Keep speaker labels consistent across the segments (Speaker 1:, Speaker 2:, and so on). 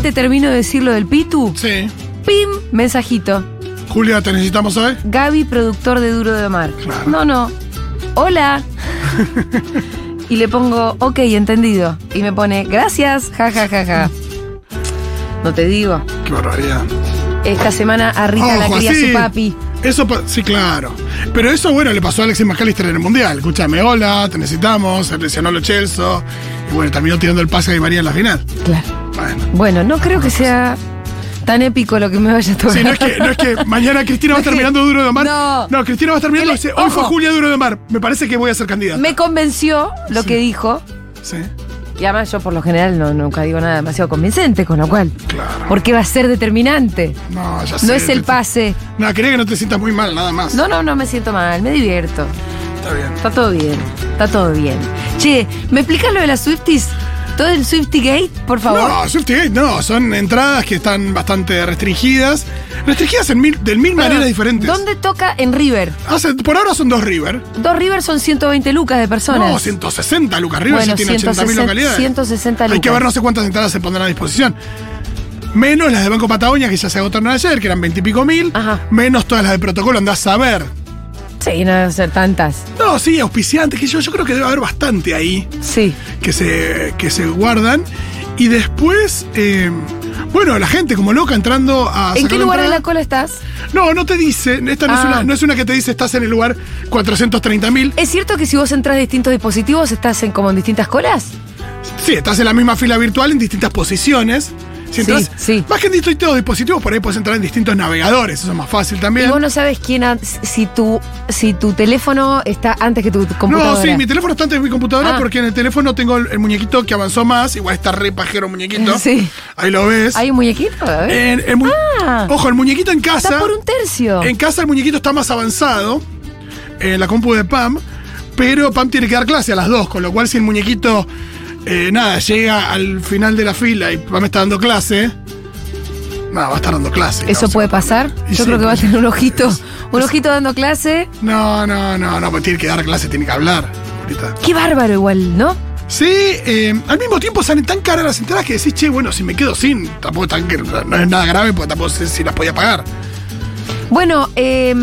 Speaker 1: te termino de decir lo del Pitu?
Speaker 2: Sí.
Speaker 1: ¡Pim! Mensajito.
Speaker 2: Julia, te necesitamos hoy.
Speaker 1: Gaby, productor de Duro de Mar.
Speaker 2: Claro.
Speaker 1: No, no. Hola. y le pongo, ok, entendido. Y me pone, gracias, ja, ja, ja, ja. No te digo.
Speaker 2: Qué barbaridad.
Speaker 1: Esta semana a Rita la
Speaker 2: Ojo,
Speaker 1: cría
Speaker 2: así.
Speaker 1: su papi.
Speaker 2: Eso, pa- sí, claro. Pero eso, bueno, le pasó a Alexis McAllister en el Mundial. Escúchame, hola, te necesitamos, se lesionó a Lo Celso. Y bueno, terminó tirando el pase a Di María en la final.
Speaker 1: Claro.
Speaker 2: Bueno.
Speaker 1: Bueno, no creo que sea tan épico lo que me vaya a tocar.
Speaker 2: Sí, no es que, no es que mañana Cristina va a estar mirando Duro de Mar.
Speaker 1: No.
Speaker 2: Cristina va a estar mirando y
Speaker 1: Él-
Speaker 2: dice, hoy fue
Speaker 1: ojo.
Speaker 2: Julia Duro de Mar. Me parece que voy a ser candidata.
Speaker 1: Me convenció lo
Speaker 2: Sí.
Speaker 1: que dijo.
Speaker 2: Sí,
Speaker 1: Y además yo por lo general no, nunca digo nada demasiado convincente, con lo cual,
Speaker 2: claro.
Speaker 1: ¿por qué va a ser determinante?
Speaker 2: No, ya sé.
Speaker 1: No es el pase.
Speaker 2: No, quería que no te sientas muy mal, nada más.
Speaker 1: No, no, no me siento mal, me divierto.
Speaker 2: Está bien.
Speaker 1: Está todo bien, está todo bien. Che, ¿me explicas lo de las Swifties? ¿Todo el Swifty Gate, por favor?
Speaker 2: No, Swiftigate no, son entradas que están bastante restringidas. Restringidas en mil, de mil
Speaker 1: Bueno,
Speaker 2: maneras diferentes.
Speaker 1: Ah, ¿Dónde toca en River?
Speaker 2: Hace- por ahora son dos River.
Speaker 1: Dos River son 120 lucas de personas.
Speaker 2: No, 160 lucas. River
Speaker 1: Bueno,
Speaker 2: ya tiene 80.000
Speaker 1: 160
Speaker 2: localidades.
Speaker 1: 160
Speaker 2: Hay que
Speaker 1: lucas.
Speaker 2: ver no sé cuántas entradas se pondrán a disposición. Menos las de Banco Patagonia, que ya se agotaron ayer, que eran 20 y pico mil.
Speaker 1: Ajá.
Speaker 2: Menos todas las de protocolo, andás a ver.
Speaker 1: Sí, no deben ser tantas.
Speaker 2: No, sí, auspiciantes, que yo, yo creo que debe haber bastante ahí.
Speaker 1: Sí.
Speaker 2: que se, que se guardan. Y después, eh, bueno, la gente como loca entrando a.
Speaker 1: ¿En
Speaker 2: sacar
Speaker 1: qué lugar de
Speaker 2: entrada.
Speaker 1: la cola estás?
Speaker 2: No, no te dice. Esta no, es
Speaker 1: Ah.
Speaker 2: una, no es una que te dice estás en el lugar 430.000.
Speaker 1: ¿Es cierto que si vos entras a distintos dispositivos estás en como en distintas colas?
Speaker 2: Sí, estás en la misma fila virtual en distintas posiciones. Si entras,
Speaker 1: sí.
Speaker 2: Más que en distintos dispositivos, por ahí puedes entrar en distintos navegadores. Eso es más fácil
Speaker 1: Y
Speaker 2: también.
Speaker 1: vos no sabes quién an- si tu si tu teléfono está antes que tu computadora.
Speaker 2: No, sí, mi teléfono está antes de mi computadora
Speaker 1: Ah.
Speaker 2: porque en el teléfono tengo el, el muñequito que avanzó más. Igual está re pajero el muñequito.
Speaker 1: Sí.
Speaker 2: Ahí lo ves.
Speaker 1: ¿Hay un muñequito? A ver.
Speaker 2: En- el mu-
Speaker 1: Ah.
Speaker 2: Ojo, el muñequito en casa.
Speaker 1: está por un tercio.
Speaker 2: En casa el muñequito está más avanzado en la compu de Pam, pero Pam tiene que dar clase a las dos, con lo cual si el muñequito eh, nada, llega al final de la fila y Pam está dando clase, nada, va a estar dando clase.
Speaker 1: ¿Eso
Speaker 2: o sea,
Speaker 1: puede pasar?
Speaker 2: Y
Speaker 1: Yo
Speaker 2: sí,
Speaker 1: creo que va a
Speaker 2: pues.
Speaker 1: tener un ojito, un ojito dando clase.
Speaker 2: No, no, no, no, pues tiene que dar clase, tiene que hablar. ahorita.
Speaker 1: Qué bárbaro igual, ¿no?
Speaker 2: Sí, eh, al mismo tiempo salen tan caras las entradas que decís, che, bueno, si me quedo sin, tampoco es tan, no es nada grave, porque tampoco sé si las podía pagar.
Speaker 1: Bueno, eh,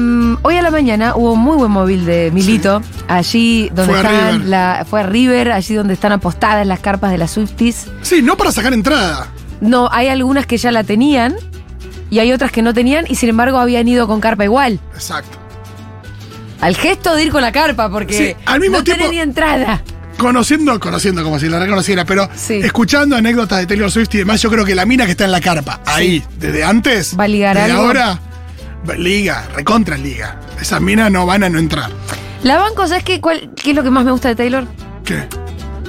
Speaker 1: hoy a la mañana hubo un muy buen móvil de Milito. Allí donde
Speaker 2: Fue a River.
Speaker 1: están la, fue a River, allí donde están apostadas las carpas de las Swifties.
Speaker 2: Sí, no para sacar entrada.
Speaker 1: No, hay algunas que ya la tenían y hay otras que no tenían y sin embargo habían ido con carpa igual.
Speaker 2: Exacto.
Speaker 1: Al gesto de ir con la carpa porque
Speaker 2: Sí, al mismo
Speaker 1: no
Speaker 2: tiempo-
Speaker 1: tenés ni entrada.
Speaker 2: Conociendo, conociendo como si la reconociera, pero
Speaker 1: Sí.
Speaker 2: escuchando anécdotas de Taylor Swift y demás, yo creo que la mina que está en la carpa, ahí, desde antes,
Speaker 1: ¿Va a ligar
Speaker 2: desde
Speaker 1: algo?
Speaker 2: ahora, va- liga, recontra liga. Esas minas no van a no entrar.
Speaker 1: La banco, ¿sabes qué, cuál- qué es lo que más me gusta de Taylor?
Speaker 2: ¿Qué?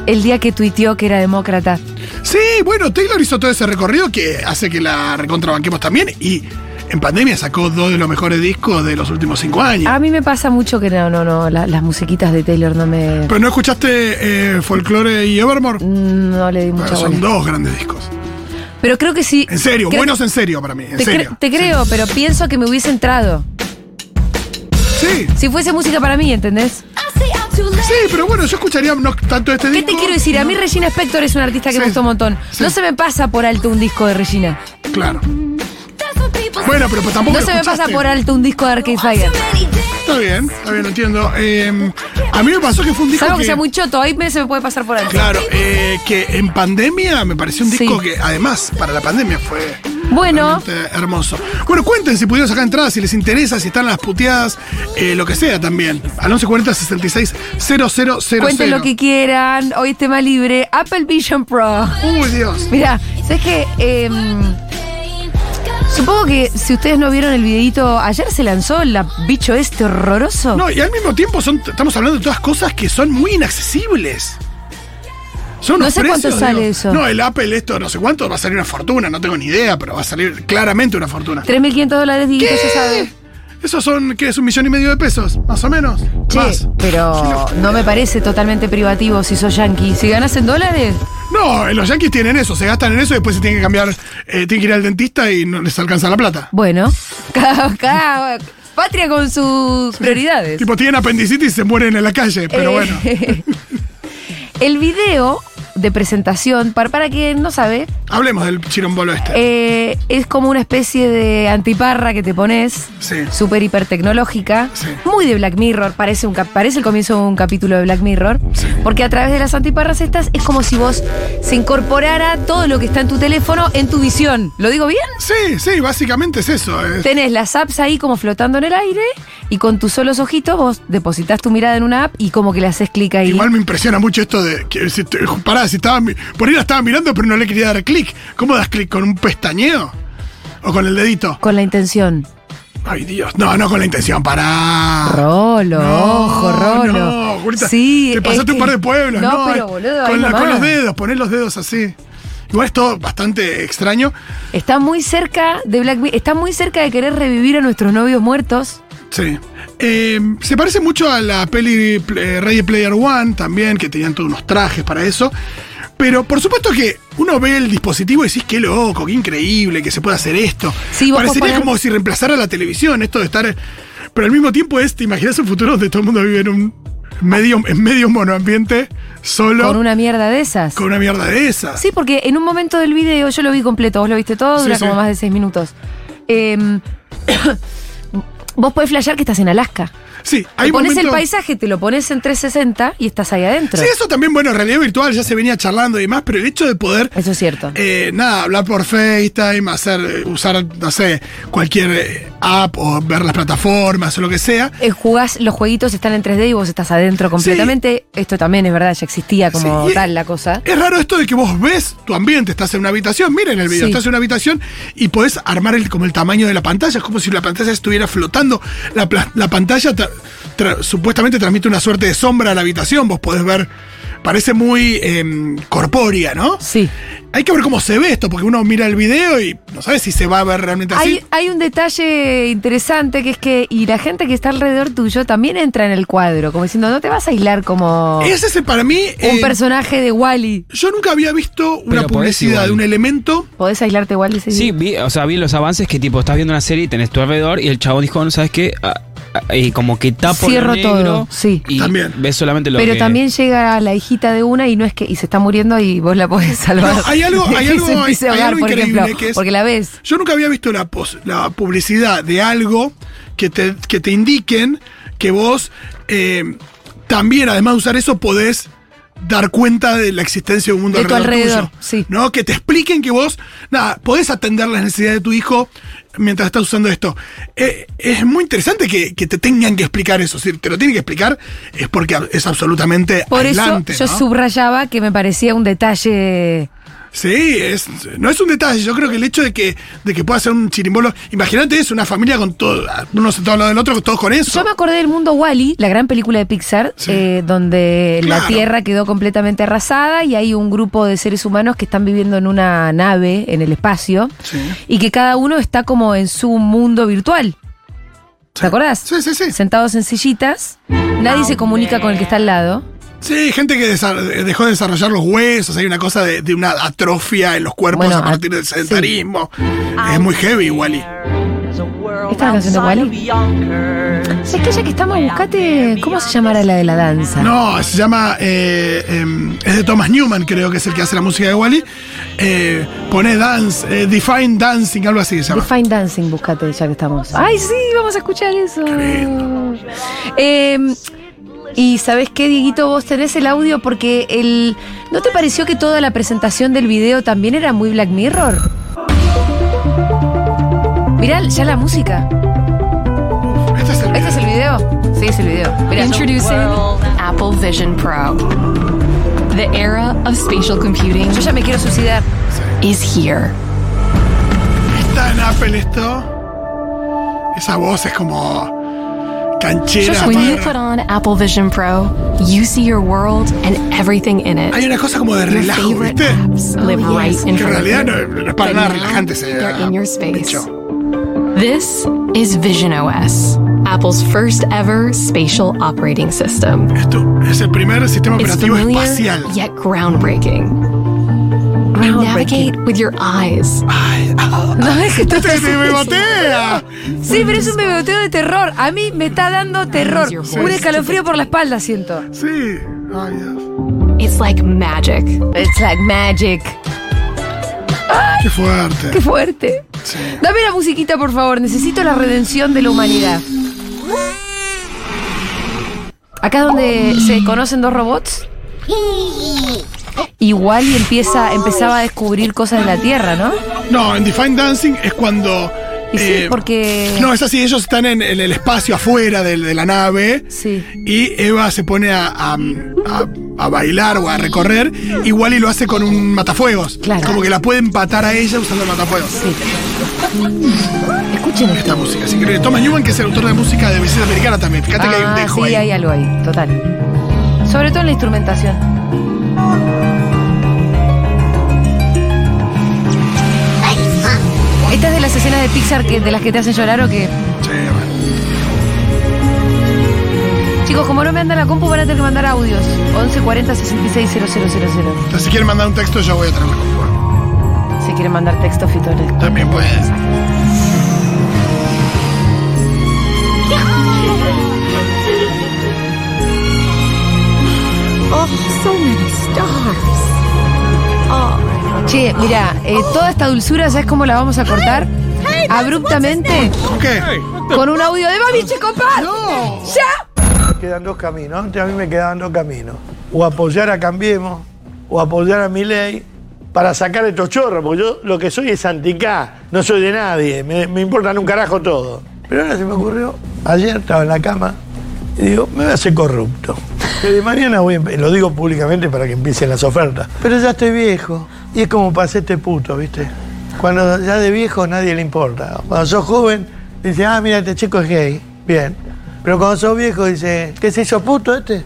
Speaker 1: El día que tuiteó que era demócrata.
Speaker 2: Sí, bueno, Taylor hizo todo ese recorrido que hace que la recontrabanquemos también y en pandemia sacó dos de los mejores discos de los últimos cinco años.
Speaker 1: A mí me pasa mucho que no, no, no, la- las musiquitas de Taylor no me...
Speaker 2: ¿Pero no escuchaste eh, Folklore y Evermore?
Speaker 1: No le di
Speaker 2: Bueno,
Speaker 1: mucha
Speaker 2: son
Speaker 1: bola.
Speaker 2: dos grandes discos.
Speaker 1: Pero creo que sí...
Speaker 2: En serio,
Speaker 1: creo-
Speaker 2: buenos en serio para mí, en
Speaker 1: Te, cre-
Speaker 2: serio.
Speaker 1: te creo, pero pienso que me hubiese entrado.
Speaker 2: Sí.
Speaker 1: Si fuese música para mí, ¿entendés?
Speaker 2: Sí, pero bueno, yo escucharía no tanto este
Speaker 1: ¿Qué
Speaker 2: disco.
Speaker 1: te quiero decir? A mí Regina Spector es una artista que
Speaker 2: Sí.
Speaker 1: me gusta un montón.
Speaker 2: Sí.
Speaker 1: No se me pasa por alto un disco de Regina.
Speaker 2: Claro. Bueno, pero pues tampoco
Speaker 1: No
Speaker 2: lo
Speaker 1: se me pasa
Speaker 2: escuchaste.
Speaker 1: por alto un disco de Arcade Fire.
Speaker 2: Está bien, está bien, entiendo. Eh, a mí me pasó que fue un disco
Speaker 1: Salvo que
Speaker 2: que...
Speaker 1: sea muy choto, ahí me- se me puede pasar por alto.
Speaker 2: Claro, eh, que en pandemia me pareció un
Speaker 1: Sí. Ah.
Speaker 2: disco que además para la pandemia fue
Speaker 1: Bueno,
Speaker 2: realmente hermoso. Bueno, cuenten si pudieron sacar entradas, si les interesa, si están las puteadas, eh, lo que sea también. Al 1140 66 000.
Speaker 1: cuenten lo que quieran. Hoy es tema libre. Apple Vision Pro.
Speaker 2: Uy, Dios.
Speaker 1: Mira, ¿sabes qué? Eh, supongo que si ustedes no vieron el videito, ayer se lanzó el bicho este horroroso.
Speaker 2: No, y al mismo tiempo son, estamos hablando de todas cosas que son muy inaccesibles. Son
Speaker 1: No
Speaker 2: unos
Speaker 1: sé cuánto
Speaker 2: precios,
Speaker 1: sale eso.
Speaker 2: No, el Apple, esto, no sé cuánto, va a salir una fortuna, no tengo ni idea, pero va a salir claramente una fortuna. Eh,
Speaker 1: 3.500 dólares, Dieguito, ya sabe.
Speaker 2: Esos son, ¿qué es? Un millón y medio de pesos, más o menos. Más.
Speaker 1: Che, pero no me parece totalmente privativo si sos yankee. Si ganas en dólares,
Speaker 2: No, eh, los yanquis tienen eso, se gastan en eso y después se tienen que cambiar, eh, tienen que ir al dentista y no les alcanza la plata.
Speaker 1: bueno, cada, cada patria con sus prioridades.
Speaker 2: Tipo, tienen apendicitis y se mueren en la calle, pero
Speaker 1: Eh,
Speaker 2: bueno.
Speaker 1: El video de presentación. Para, para quien no sabe,
Speaker 2: Hablemos del chirombolo este.
Speaker 1: eh, es como una especie de antiparra que te pones.
Speaker 2: Sí.
Speaker 1: Súper hiper tecnológica,
Speaker 2: Sí.
Speaker 1: muy de Black Mirror, parece, un cap- parece el comienzo de un capítulo de Black Mirror,
Speaker 2: Sí.
Speaker 1: porque a través de las antiparras estas es como si vos se incorporara todo lo que está en tu teléfono en tu visión. ¿Lo digo bien?
Speaker 2: Sí, sí, básicamente es eso. es-
Speaker 1: Tenés las apps ahí como flotando en el aire y con tus solos ojitos vos depositas tu mirada en una app y como que le haces clic ahí.
Speaker 2: Igual me impresiona mucho esto de que si te- pará, si estaba mi- por ahí la estaba mirando, pero no le quería dar clic. ¿Cómo das clic? ¿Con un pestañeo? ¿O con el dedito?
Speaker 1: Con la intención.
Speaker 2: Ay, Dios. No, no con la intención, pará.
Speaker 1: Rolo,
Speaker 2: No,
Speaker 1: ojo, rolo.
Speaker 2: No, Julita,
Speaker 1: sí,
Speaker 2: te pasaste
Speaker 1: es
Speaker 2: un par
Speaker 1: que-
Speaker 2: de pueblos, ¿no?
Speaker 1: No, pero boludo, ahí
Speaker 2: con, la- con
Speaker 1: nomás.
Speaker 2: los dedos, poner los dedos así. Igual es todo bastante extraño.
Speaker 1: Está muy cerca de Black Mirror, está muy cerca de querer revivir a nuestros novios muertos.
Speaker 2: Sí. Eh, se parece mucho a la peli eh, Ready Player One también, que tenían todos unos trajes para eso. Pero por supuesto que uno ve el dispositivo y decís, qué loco, qué increíble que se pueda hacer esto.
Speaker 1: Sí, vos
Speaker 2: Parecería
Speaker 1: podés poner-
Speaker 2: como si reemplazara la televisión, esto de estar. Pero al mismo tiempo es, te imaginas un futuro donde todo el mundo vive en un medio, en medio monoambiente, solo.
Speaker 1: Con una mierda de esas.
Speaker 2: con una mierda de esa.
Speaker 1: Sí, porque en un momento del video yo lo vi completo, vos lo viste todo,
Speaker 2: Sí,
Speaker 1: dura
Speaker 2: sí.
Speaker 1: como más de seis minutos. Em, vos podés flashear que estás en Alaska.
Speaker 2: Sí, hay
Speaker 1: Te pones el
Speaker 2: momentos-
Speaker 1: paisaje, te lo pones en 360 y estás ahí adentro.
Speaker 2: Sí, eso también, bueno, en realidad virtual ya se venía charlando y demás, pero el hecho de poder
Speaker 1: Eso es cierto.
Speaker 2: Eh, nada, hablar por FaceTime, hacer, eh, usar, no sé, cualquier eh, app o ver las plataformas o lo que sea.
Speaker 1: Eh, jugás, los jueguitos están en 3D y vos estás adentro completamente. Esto también es verdad, ya existía como
Speaker 2: Sí, y-
Speaker 1: tal la cosa.
Speaker 2: Es raro esto de que vos ves tu ambiente, estás en una habitación, miren el video,
Speaker 1: Sí.
Speaker 2: estás en una habitación y podés armar el, como el tamaño de la pantalla, es como si la pantalla estuviera flotando. La, pla- la pantalla tra- tra- supuestamente transmite una suerte de sombra a la habitación, vos podés ver, parece muy em, corpórea, ¿no?
Speaker 1: Sí.
Speaker 2: Hay que ver cómo se ve esto, porque uno mira el video y no sabe si se va a ver realmente así.
Speaker 1: Hay, hay un detalle interesante que es que, y la gente que está alrededor tuyo también entra en el cuadro, como diciendo, no te vas a aislar como
Speaker 2: Ese es el- para mí.
Speaker 1: un
Speaker 2: eh,
Speaker 1: personaje de Wally.
Speaker 2: Yo nunca había visto una
Speaker 3: Pero podés
Speaker 2: publicidad
Speaker 3: igual.
Speaker 2: de un elemento.
Speaker 1: ¿Podés aislarte Wally? Ceci?
Speaker 3: Sí, vi, o sea, vi los avances que tipo estás viendo una serie y tenés tu alrededor y el chabón dijo, no sabes qué, Ah, ah, y como que tapo lo
Speaker 1: Cierro
Speaker 3: negro
Speaker 1: todo, sí.
Speaker 3: y
Speaker 2: También.
Speaker 3: ves solamente lo
Speaker 1: Pero
Speaker 3: que-
Speaker 1: también llega la hijita de una y no es que y se está muriendo y vos la podés salvar.
Speaker 2: No, hay algo- hay
Speaker 1: Que se
Speaker 2: algo-
Speaker 1: empiece a
Speaker 2: hay
Speaker 1: ahogar,
Speaker 2: algo
Speaker 1: por
Speaker 2: increíble
Speaker 1: ejemplo,
Speaker 2: que es-
Speaker 1: porque la ves.
Speaker 2: Yo nunca había visto la, pos- la publicidad de algo que te, que te indiquen que vos eh, también, además de usar eso, podés dar cuenta de la existencia de un mundo
Speaker 1: De tu alrededor,
Speaker 2: tuyo.
Speaker 1: sí.
Speaker 2: ¿No? Que te expliquen que vos, nada, podés atender las necesidades de tu hijo mientras estás usando esto. Eh, es muy interesante que, que te tengan que explicar eso. Si te lo tienen que explicar, es porque es absolutamente
Speaker 1: Por
Speaker 2: adelante,
Speaker 1: eso yo
Speaker 2: ¿no?
Speaker 1: subrayaba que me parecía un detalle.
Speaker 2: Sí, es, no es un detalle. Yo creo que el hecho de que, de que pueda ser un chirimbolo. Imagínate es una familia con todo, uno sentado al lado del otro, todos con eso.
Speaker 1: Yo me acordé del mundo Wally, la gran película de Pixar,
Speaker 2: Sí.
Speaker 1: eh, donde la
Speaker 2: Claro.
Speaker 1: Tierra quedó completamente arrasada y hay un grupo de seres humanos que están viviendo en una nave en el espacio
Speaker 2: Sí.
Speaker 1: y que cada uno está como en su mundo virtual. ¿Te acordás?
Speaker 2: Sí, sí, sí.
Speaker 1: Sentados en sillitas, nadie se comunica con el que está al lado.
Speaker 2: Sí, gente que desa- dejó de desarrollar los huesos. Hay una cosa de, de una atrofia en los cuerpos
Speaker 1: Bueno, ah,
Speaker 2: a partir
Speaker 1: a-
Speaker 2: del sedentarismo. Es muy heavy, Wally.
Speaker 4: ¿Esta es la canción de Wally?
Speaker 1: Es que ya que estamos, buscate, ¿cómo se llamará la de la danza?
Speaker 2: No, se llama. eh, em, es de Thomas Newman, creo que es el que hace la música de Wally. Eh, pone dance, eh, Define Dancing, algo así se llama.
Speaker 1: Define Dancing, buscate ya que estamos. ¡Ay, sí! Vamos a escuchar eso.
Speaker 2: lindo.
Speaker 1: Eh, y sabes qué, Dieguito, vos tenés el audio porque el. ¿No te pareció que toda la presentación del video también era muy Black Mirror? Mirá, ya la música.
Speaker 2: Este es el
Speaker 1: ¿Este es el video? Sí, es el video. Mirá.
Speaker 5: Introducing Apple Vision Pro. The era of spatial computing
Speaker 1: Yo ya me quiero suicidar.
Speaker 5: is here.
Speaker 2: Está en Apple esto. Esa voz es como canchera.
Speaker 5: When you
Speaker 2: parra.
Speaker 5: put on Apple Vision Pro, you see your world and everything in it.
Speaker 2: Hay una cosa como de
Speaker 5: Your
Speaker 2: relajo,
Speaker 5: favorite
Speaker 2: ¿viste?
Speaker 5: apps live right
Speaker 2: Que
Speaker 5: in
Speaker 2: en
Speaker 5: front of
Speaker 2: realidad
Speaker 5: you.
Speaker 2: no, no es para
Speaker 5: But
Speaker 2: nada
Speaker 5: now,
Speaker 2: relajante ese
Speaker 5: they're in your space.
Speaker 2: bicho.
Speaker 5: This is Vision OS, Apple's first ever spatial operating system.
Speaker 2: Esto es el primer sistema
Speaker 5: It's
Speaker 2: operativo
Speaker 5: familiar
Speaker 2: espacial.
Speaker 5: yet groundbreaking. You navigate with your eyes.
Speaker 1: No, es que esto-
Speaker 2: ¡Este se me batea!
Speaker 1: Sí, pero es un beboteo de terror. A mí me está dando terror.
Speaker 5: Sí.
Speaker 1: Un escalofrío por la espalda siento.
Speaker 2: Sí. Ay, Dios.
Speaker 5: It's like magic.
Speaker 1: It's like magic.
Speaker 2: Qué fuerte.
Speaker 1: Qué fuerte. Dame la musiquita, por favor. Necesito la redención de la humanidad. Acá donde se conocen dos robots. Igual y empieza, empezaba a descubrir cosas de la Tierra, ¿no?
Speaker 2: No, en Define Dancing es cuando. eh,
Speaker 1: Y sí, porque-
Speaker 2: No, es así, ellos están en, en el espacio afuera del- de, la nave.
Speaker 1: Sí.
Speaker 2: Y Eva se pone a, a- a- a bailar o a recorrer. Igual y lo hace con un matafuegos.
Speaker 1: Claro.
Speaker 2: Como que la puede empatar a ella usando el matafuegos.
Speaker 1: Sí. Escuchen esto.
Speaker 2: Esta música, es increíble. Thomas Newman, que es el autor de música de Visita Americana también. Fíjate que hay un
Speaker 1: Ah,
Speaker 2: dejo
Speaker 1: sí,
Speaker 2: ahí.
Speaker 1: hay algo ahí, total. Sobre todo en la instrumentación. Esta es de las escenas de Pixar que, de las que te hacen llorar o que.
Speaker 2: Sí, bueno.
Speaker 1: Chicos, como no me anda la compu, van a tener que mandar audios. 1140 66 000.
Speaker 2: Entonces, si quieren mandar un texto, yo voy a tenerlo.
Speaker 1: Si quieren mandar texto, Fito. le-
Speaker 2: También puedes.
Speaker 1: Che, mira, eh, toda esta dulzura, ¿sabes cómo la vamos a cortar? Abruptamente,
Speaker 2: ¿Con qué?
Speaker 1: con un audio de Mami Checopar. ¡Ya!
Speaker 6: Quedan dos caminos. Antes a mí me quedaban dos caminos. O apoyar a Cambiemos, o apoyar a mi ley para sacar estos chorros, porque yo lo que soy es anticá, no soy de nadie, me, me importan un carajo todo. Pero ahora se me ocurrió, ayer estaba en la cama y digo, me voy a hacer corrupto. Que de mañana Eh, voy, a empe- lo digo públicamente para que empiecen las ofertas. Pero ya estoy viejo y es como pasé este puto, ¿viste? Cuando ya de viejo nadie le importa. Cuando sos joven, dice, ah, mira, este chico es gay. Bien. Pero cuando sos viejo, dice, ¿qué se hizo puto este?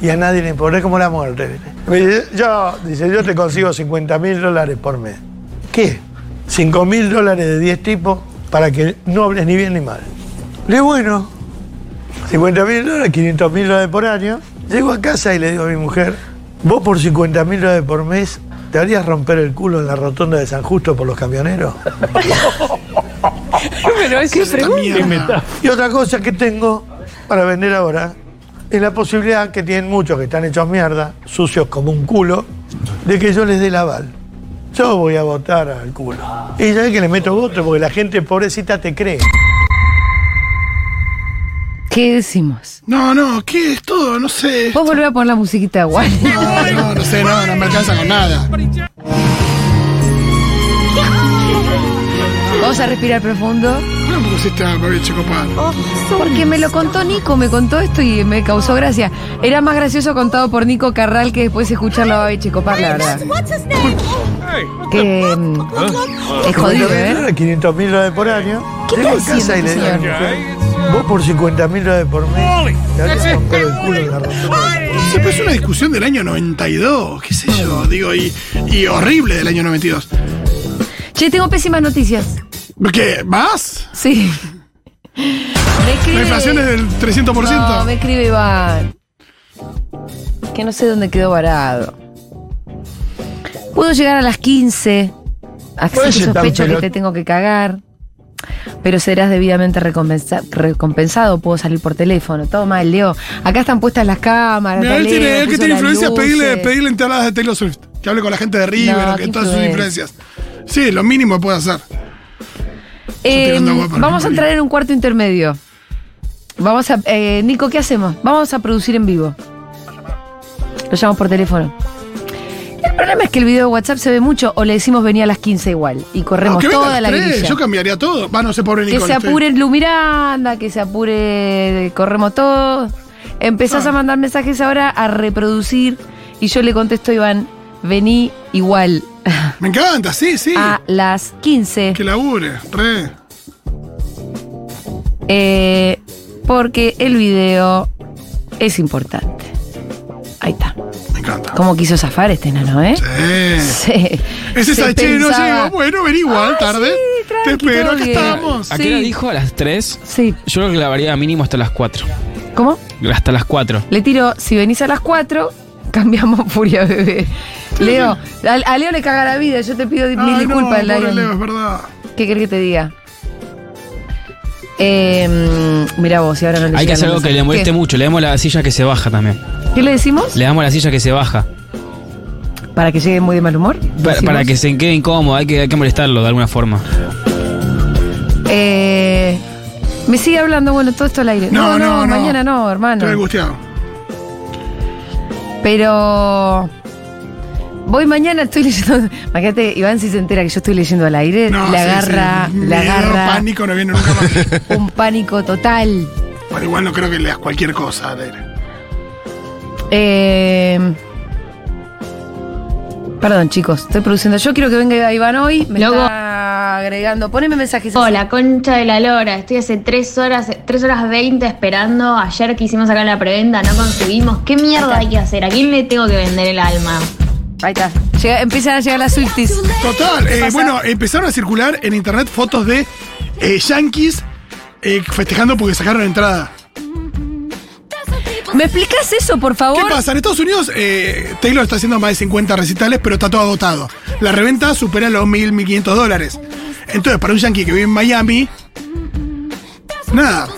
Speaker 6: Y a nadie le importa, es como la muerte. ¿viste? Me dice, yo, dice, yo te consigo 50 mil dólares por mes. ¿Qué? 5 mil dólares de 10 tipos para que no hables ni bien ni mal. Le digo, bueno, 50 mil dólares, 500 mil dólares por año. Llego a casa y le digo a mi mujer, vos por 50 mil dólares por mes, ¿te harías romper el culo en la rotonda de San Justo por los camioneros? Y otra cosa que tengo para vender ahora es la posibilidad que tienen muchos que están hechos mierda, sucios como un culo, de que yo les dé el aval. Yo voy a votar al culo. Y ya que le meto voto porque la gente pobrecita te cree.
Speaker 1: ¿Qué decimos?
Speaker 2: No, no, ¿qué es todo? No sé.
Speaker 1: Vos volvés a poner la musiquita de Wally.
Speaker 2: No, no, no sé, no, no me alcanza con nada.
Speaker 1: Vamos a respirar profundo.
Speaker 2: ¿Cómo me pusiste a Babi Checopar?
Speaker 1: Porque me lo contó Nico, me contó esto y me causó gracia. Era más gracioso contado por Nico Carral que después escucharlo a Babi Checopar, la verdad.
Speaker 2: Ah.
Speaker 1: Que mm, es jodido, ¿eh?
Speaker 6: 500 mil dólares por año. Llego a casa y le digo a mi mujer, vos por 50 mil dólares por mes, te harías romper el culo en la rotonda.
Speaker 2: Siempre es una discusión del año 92, qué sé yo, digo, y, y horrible del año 92.
Speaker 1: Che, tengo pésimas noticias.
Speaker 2: ¿Qué? ¿Más?
Speaker 1: Sí. Me escribe-
Speaker 2: ¿La inflación es del 300%?
Speaker 1: No, me escribe Iván. Que no sé dónde quedó varado. Puedo llegar a las 15. Así que
Speaker 6: Puede ser tan
Speaker 1: sospecho que
Speaker 6: pelot-
Speaker 1: te tengo que cagar. Pero serás debidamente recompensa- recompensado. Puedo salir por teléfono. Todo mal, Leo. Acá están puestas las cámaras.
Speaker 2: Mirá,
Speaker 1: está
Speaker 2: él tiene,
Speaker 1: Leo,
Speaker 2: él que
Speaker 1: puso
Speaker 2: tiene
Speaker 1: las
Speaker 2: influencias,
Speaker 1: luces.
Speaker 2: pedirle, pedirle entradas de Taylor Swift. Que hable con la gente de River,
Speaker 1: eh. No,
Speaker 2: o que
Speaker 1: qué
Speaker 2: todas sus
Speaker 1: influencia.
Speaker 2: influencias. Sí, lo mínimo que puede hacer.
Speaker 1: Eh,
Speaker 2: tirando agua para
Speaker 1: vamos a
Speaker 2: mi
Speaker 1: entrar en un cuarto intermedio. Vamos a. eh, Nico, ¿qué hacemos? Vamos a producir en vivo. Lo llamamos por teléfono. El problema es que el video de WhatsApp se ve mucho o le decimos venía a las 15 igual y corremos
Speaker 2: Aunque venga a
Speaker 1: toda
Speaker 2: Ah, las
Speaker 1: la
Speaker 2: tres,
Speaker 1: grilla.
Speaker 2: Yo cambiaría todo. Va, no sé, pobre
Speaker 1: Que
Speaker 2: Nicole.
Speaker 1: se
Speaker 2: estoy-
Speaker 1: apure Lu Miranda, que se apure Corremos Todos.
Speaker 2: Ah.
Speaker 1: Empezás a mandar mensajes ahora a reproducir y yo le contesto a Iván, vení igual
Speaker 2: Me encanta, sí, sí.
Speaker 1: a las 15.
Speaker 2: Que labure, re.
Speaker 1: Eh, porque el video es importante. Ahí está.
Speaker 2: Me encanta.
Speaker 1: Cómo quiso zafar este nano, ¿eh?
Speaker 2: Sí.
Speaker 1: Sí.
Speaker 2: Es esa,
Speaker 1: Se
Speaker 2: che, no
Speaker 1: pensaba-
Speaker 2: llego. Bueno, vení igual,
Speaker 1: Ah,
Speaker 2: tarde.
Speaker 1: sí,
Speaker 2: Te
Speaker 1: tranqui,
Speaker 2: espero,
Speaker 1: todo
Speaker 2: acá
Speaker 1: bien.
Speaker 2: estamos.
Speaker 3: ¿A
Speaker 1: Sí.
Speaker 3: qué hora dijo? ¿A las 3?
Speaker 1: Sí.
Speaker 3: Yo lo clavaría mínimo hasta las 4.
Speaker 1: ¿Cómo?
Speaker 3: Hasta las 4.
Speaker 1: Le tiro, si venís a las 4, cambiamos furia, bebé. Leo, a, a Leo le caga la vida, yo te pido di- mil
Speaker 2: Ay, Ah, no,
Speaker 1: disculpas, Ah,
Speaker 2: pobre
Speaker 1: Lion.
Speaker 2: Leo, es verdad.
Speaker 1: ¿Qué querés que te diga? Eh, mira vos, y ahora no
Speaker 3: Hay
Speaker 1: le
Speaker 3: que
Speaker 1: llegan
Speaker 3: hacer
Speaker 1: los
Speaker 3: algo que
Speaker 1: mensajes.
Speaker 3: le moleste mucho. Le damos la silla que se baja también.
Speaker 1: ¿Qué? ¿Qué le decimos?
Speaker 3: Le damos la silla que se baja.
Speaker 1: ¿Para que llegue muy de mal humor?
Speaker 3: Para, para que
Speaker 1: decimos.
Speaker 3: se quede incómodo, hay que, hay que molestarlo de alguna forma.
Speaker 1: Eh, me sigue hablando, bueno, todo esto al aire. No, no, mañana no, hermano.
Speaker 2: Estoy angustiado.
Speaker 1: Pero voy mañana, estoy leyendo. Imagínate, Iván si se entera que yo estoy leyendo al aire,
Speaker 2: No, sí,
Speaker 1: le agarra,
Speaker 2: sí.
Speaker 1: le
Speaker 2: Miedo,
Speaker 1: agarra
Speaker 2: pánico, no viene nunca más.
Speaker 1: un pánico total.
Speaker 2: Bueno, igual no creo que leas cualquier cosa al aire.
Speaker 1: Eh, perdón, chicos, estoy produciendo. Yo quiero que venga Iván hoy. Me
Speaker 7: Luego-
Speaker 1: está agregando. Poneme mensajes.
Speaker 7: Hola, concha de la lora. Estoy hace 3 horas, 3 horas 20 esperando. Ayer que hicimos acá la preventa, no conseguimos. ¿Qué mierda hay que hacer? ¿A quién le tengo que vender el alma?
Speaker 1: Ahí está. Llega- empiezan a llegar las Swifties.
Speaker 2: Total, eh, bueno, empezaron a circular en internet fotos de eh, yankees eh, festejando porque sacaron entrada.
Speaker 1: ¿Me explicas eso, por
Speaker 2: ¿Qué
Speaker 1: favor?
Speaker 2: pasa? En Estados Unidos, eh, Taylor está haciendo más de 50 recitales, pero está todo agotado. La reventa supera los 1.000, 1.500 dólares. Entonces, para un yankee que vive en Miami, nada.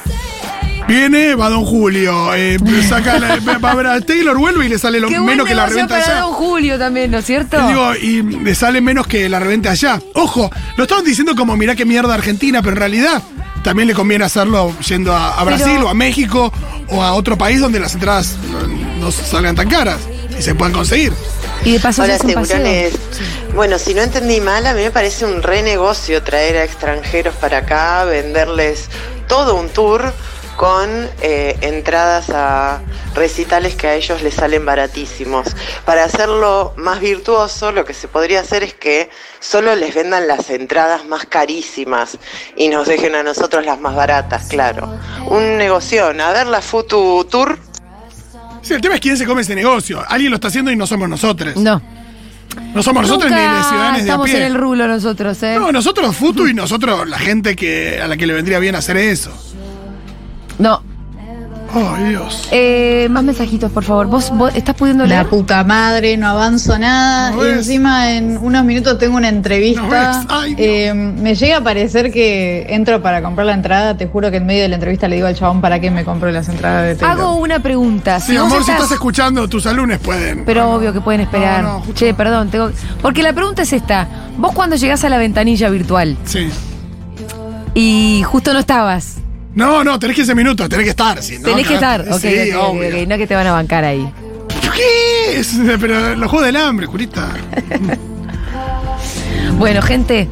Speaker 2: Viene, va Don Julio, eh, saca la- va a ver a Taylor, vuelve y le sale lo
Speaker 1: Qué buen
Speaker 2: menos que la
Speaker 1: negocio
Speaker 2: reventa
Speaker 1: para
Speaker 2: allá.
Speaker 1: Don Julio también, ¿no es cierto?
Speaker 2: Y digo, y le sale menos que la reventa allá. Ojo, lo estamos diciendo como mirá qué mierda Argentina, pero en realidad también le conviene hacerlo yendo a, a
Speaker 1: Pero-
Speaker 2: Brasil o a México o a otro país donde las entradas no, no salgan tan caras y se puedan conseguir.
Speaker 1: y de paso se
Speaker 8: Hola,
Speaker 1: hace un paseo.
Speaker 8: segurones. Bueno, si no entendí mal, a mí me parece un re negocio traer a extranjeros para acá, venderles todo un tour con eh, entradas a recitales que a ellos les salen baratísimos. Para hacerlo más virtuoso, lo que se podría hacer es que solo les vendan las entradas más carísimas y nos dejen a nosotros las más baratas, claro. Un negocio, a ver la Futu Tour.
Speaker 2: Sí, el tema es quién se come ese negocio. Alguien lo está haciendo y no somos nosotros. No,
Speaker 1: No.
Speaker 2: somos nosotros ni
Speaker 1: Nunca
Speaker 2: los ciudadanos de a
Speaker 1: estamos
Speaker 2: pie.
Speaker 1: en el rulo nosotros, ¿eh?
Speaker 2: no, nosotros Futu y nosotros la gente que, a la que le vendría bien hacer eso.
Speaker 1: No.
Speaker 2: Oh, Dios.
Speaker 1: Eh, más mensajitos, por favor. ¿Vos, vos estás pudiendo
Speaker 9: La
Speaker 1: leer?
Speaker 9: puta madre, no avanzo nada.
Speaker 2: ¿No
Speaker 9: y
Speaker 2: ves?
Speaker 9: encima en unos minutos tengo una
Speaker 2: ¿No
Speaker 9: entrevista.
Speaker 2: ves? Ay, Dios.
Speaker 9: Eh, me llega a parecer que entro para comprar la entrada. Te juro que en medio de la entrevista le digo al chabón para qué me compro las entradas de Taylor.
Speaker 1: Hago una pregunta.
Speaker 2: Sí,
Speaker 1: Si vos
Speaker 2: amor, si
Speaker 1: estás-
Speaker 2: estás escuchando, tus alumnos pueden.
Speaker 1: Pero obvio que pueden esperar.
Speaker 2: No, no, justo
Speaker 1: che,
Speaker 2: no.
Speaker 1: perdón, tengo. Porque la pregunta es esta. Vos cuando llegás a la ventanilla virtual
Speaker 2: Sí.
Speaker 1: y justo no estabas,
Speaker 2: No, no, tenés 15 minutos, tenés que estar. si no,
Speaker 1: tenés que estar.
Speaker 2: cagaste.
Speaker 1: Ok,
Speaker 2: Sí,
Speaker 1: ok, ok,
Speaker 2: obvio.
Speaker 1: ok, no que te van a bancar ahí.
Speaker 2: ¿Qué? Es- Pero los juegos del hambre, Julita.
Speaker 1: Bueno, gente.